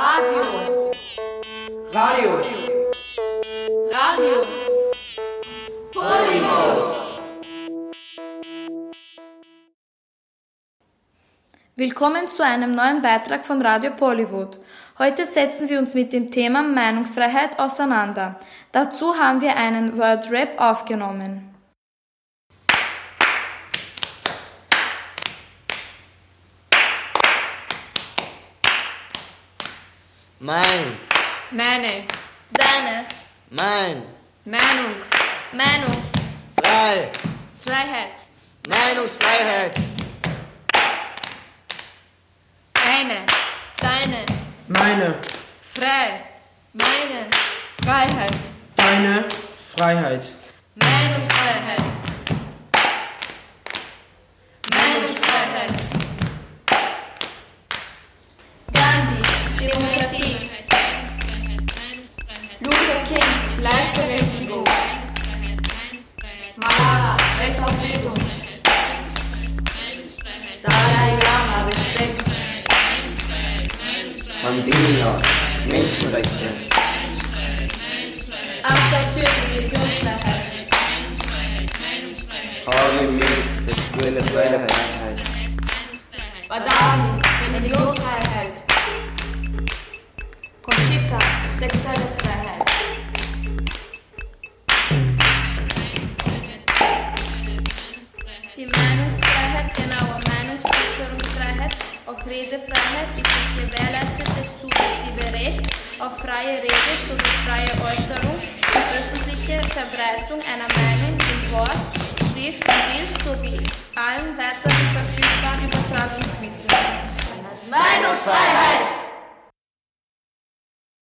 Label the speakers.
Speaker 1: Radio.
Speaker 2: Radio.
Speaker 1: Radio. Polymod.
Speaker 3: Willkommen zu einem neuen Beitrag von Radio Pollywood. Heute setzen wir uns mit dem Thema Meinungsfreiheit auseinander. Dazu haben wir einen Wordrap aufgenommen.
Speaker 4: Mein,
Speaker 5: Meine
Speaker 1: Deine
Speaker 4: mein,
Speaker 5: Meinung,
Speaker 1: Meinungs.
Speaker 4: frei,
Speaker 5: Freiheit,
Speaker 4: Meinungsfreiheit,
Speaker 5: eine,
Speaker 1: Deine.
Speaker 2: Meine,
Speaker 5: frei,
Speaker 1: Meine.
Speaker 5: Freiheit,
Speaker 2: deine Freiheit.
Speaker 1: Meinungsfreiheit. Meinungsfreiheit. Gandhi. Demokratie. Luther King. Gleichberechtigung. Malala. Recht auf Bildung. Dalai Lama. Respekt.
Speaker 6: Mandela, Menschenrechte,
Speaker 1: Atatürk. Religionsfreiheit.
Speaker 6: Harvey Milk, sexuelle Freiheit,
Speaker 1: Badawi. Religionsfreiheit. Conchita. Sexuelle Freiheit.
Speaker 3: Die Meinungsfreiheit, genauer Meinungsäußerungsfreiheit, auch Redefreiheit ist das gewährleistete subjektive Recht auf freie Rede sowie freie Äußerung und öffentliche Verbreitung einer Meinung in Wort, Schrift und Bild sowie allen weiteren verfügbaren Übertragungsmitteln.
Speaker 1: Meinungsfreiheit!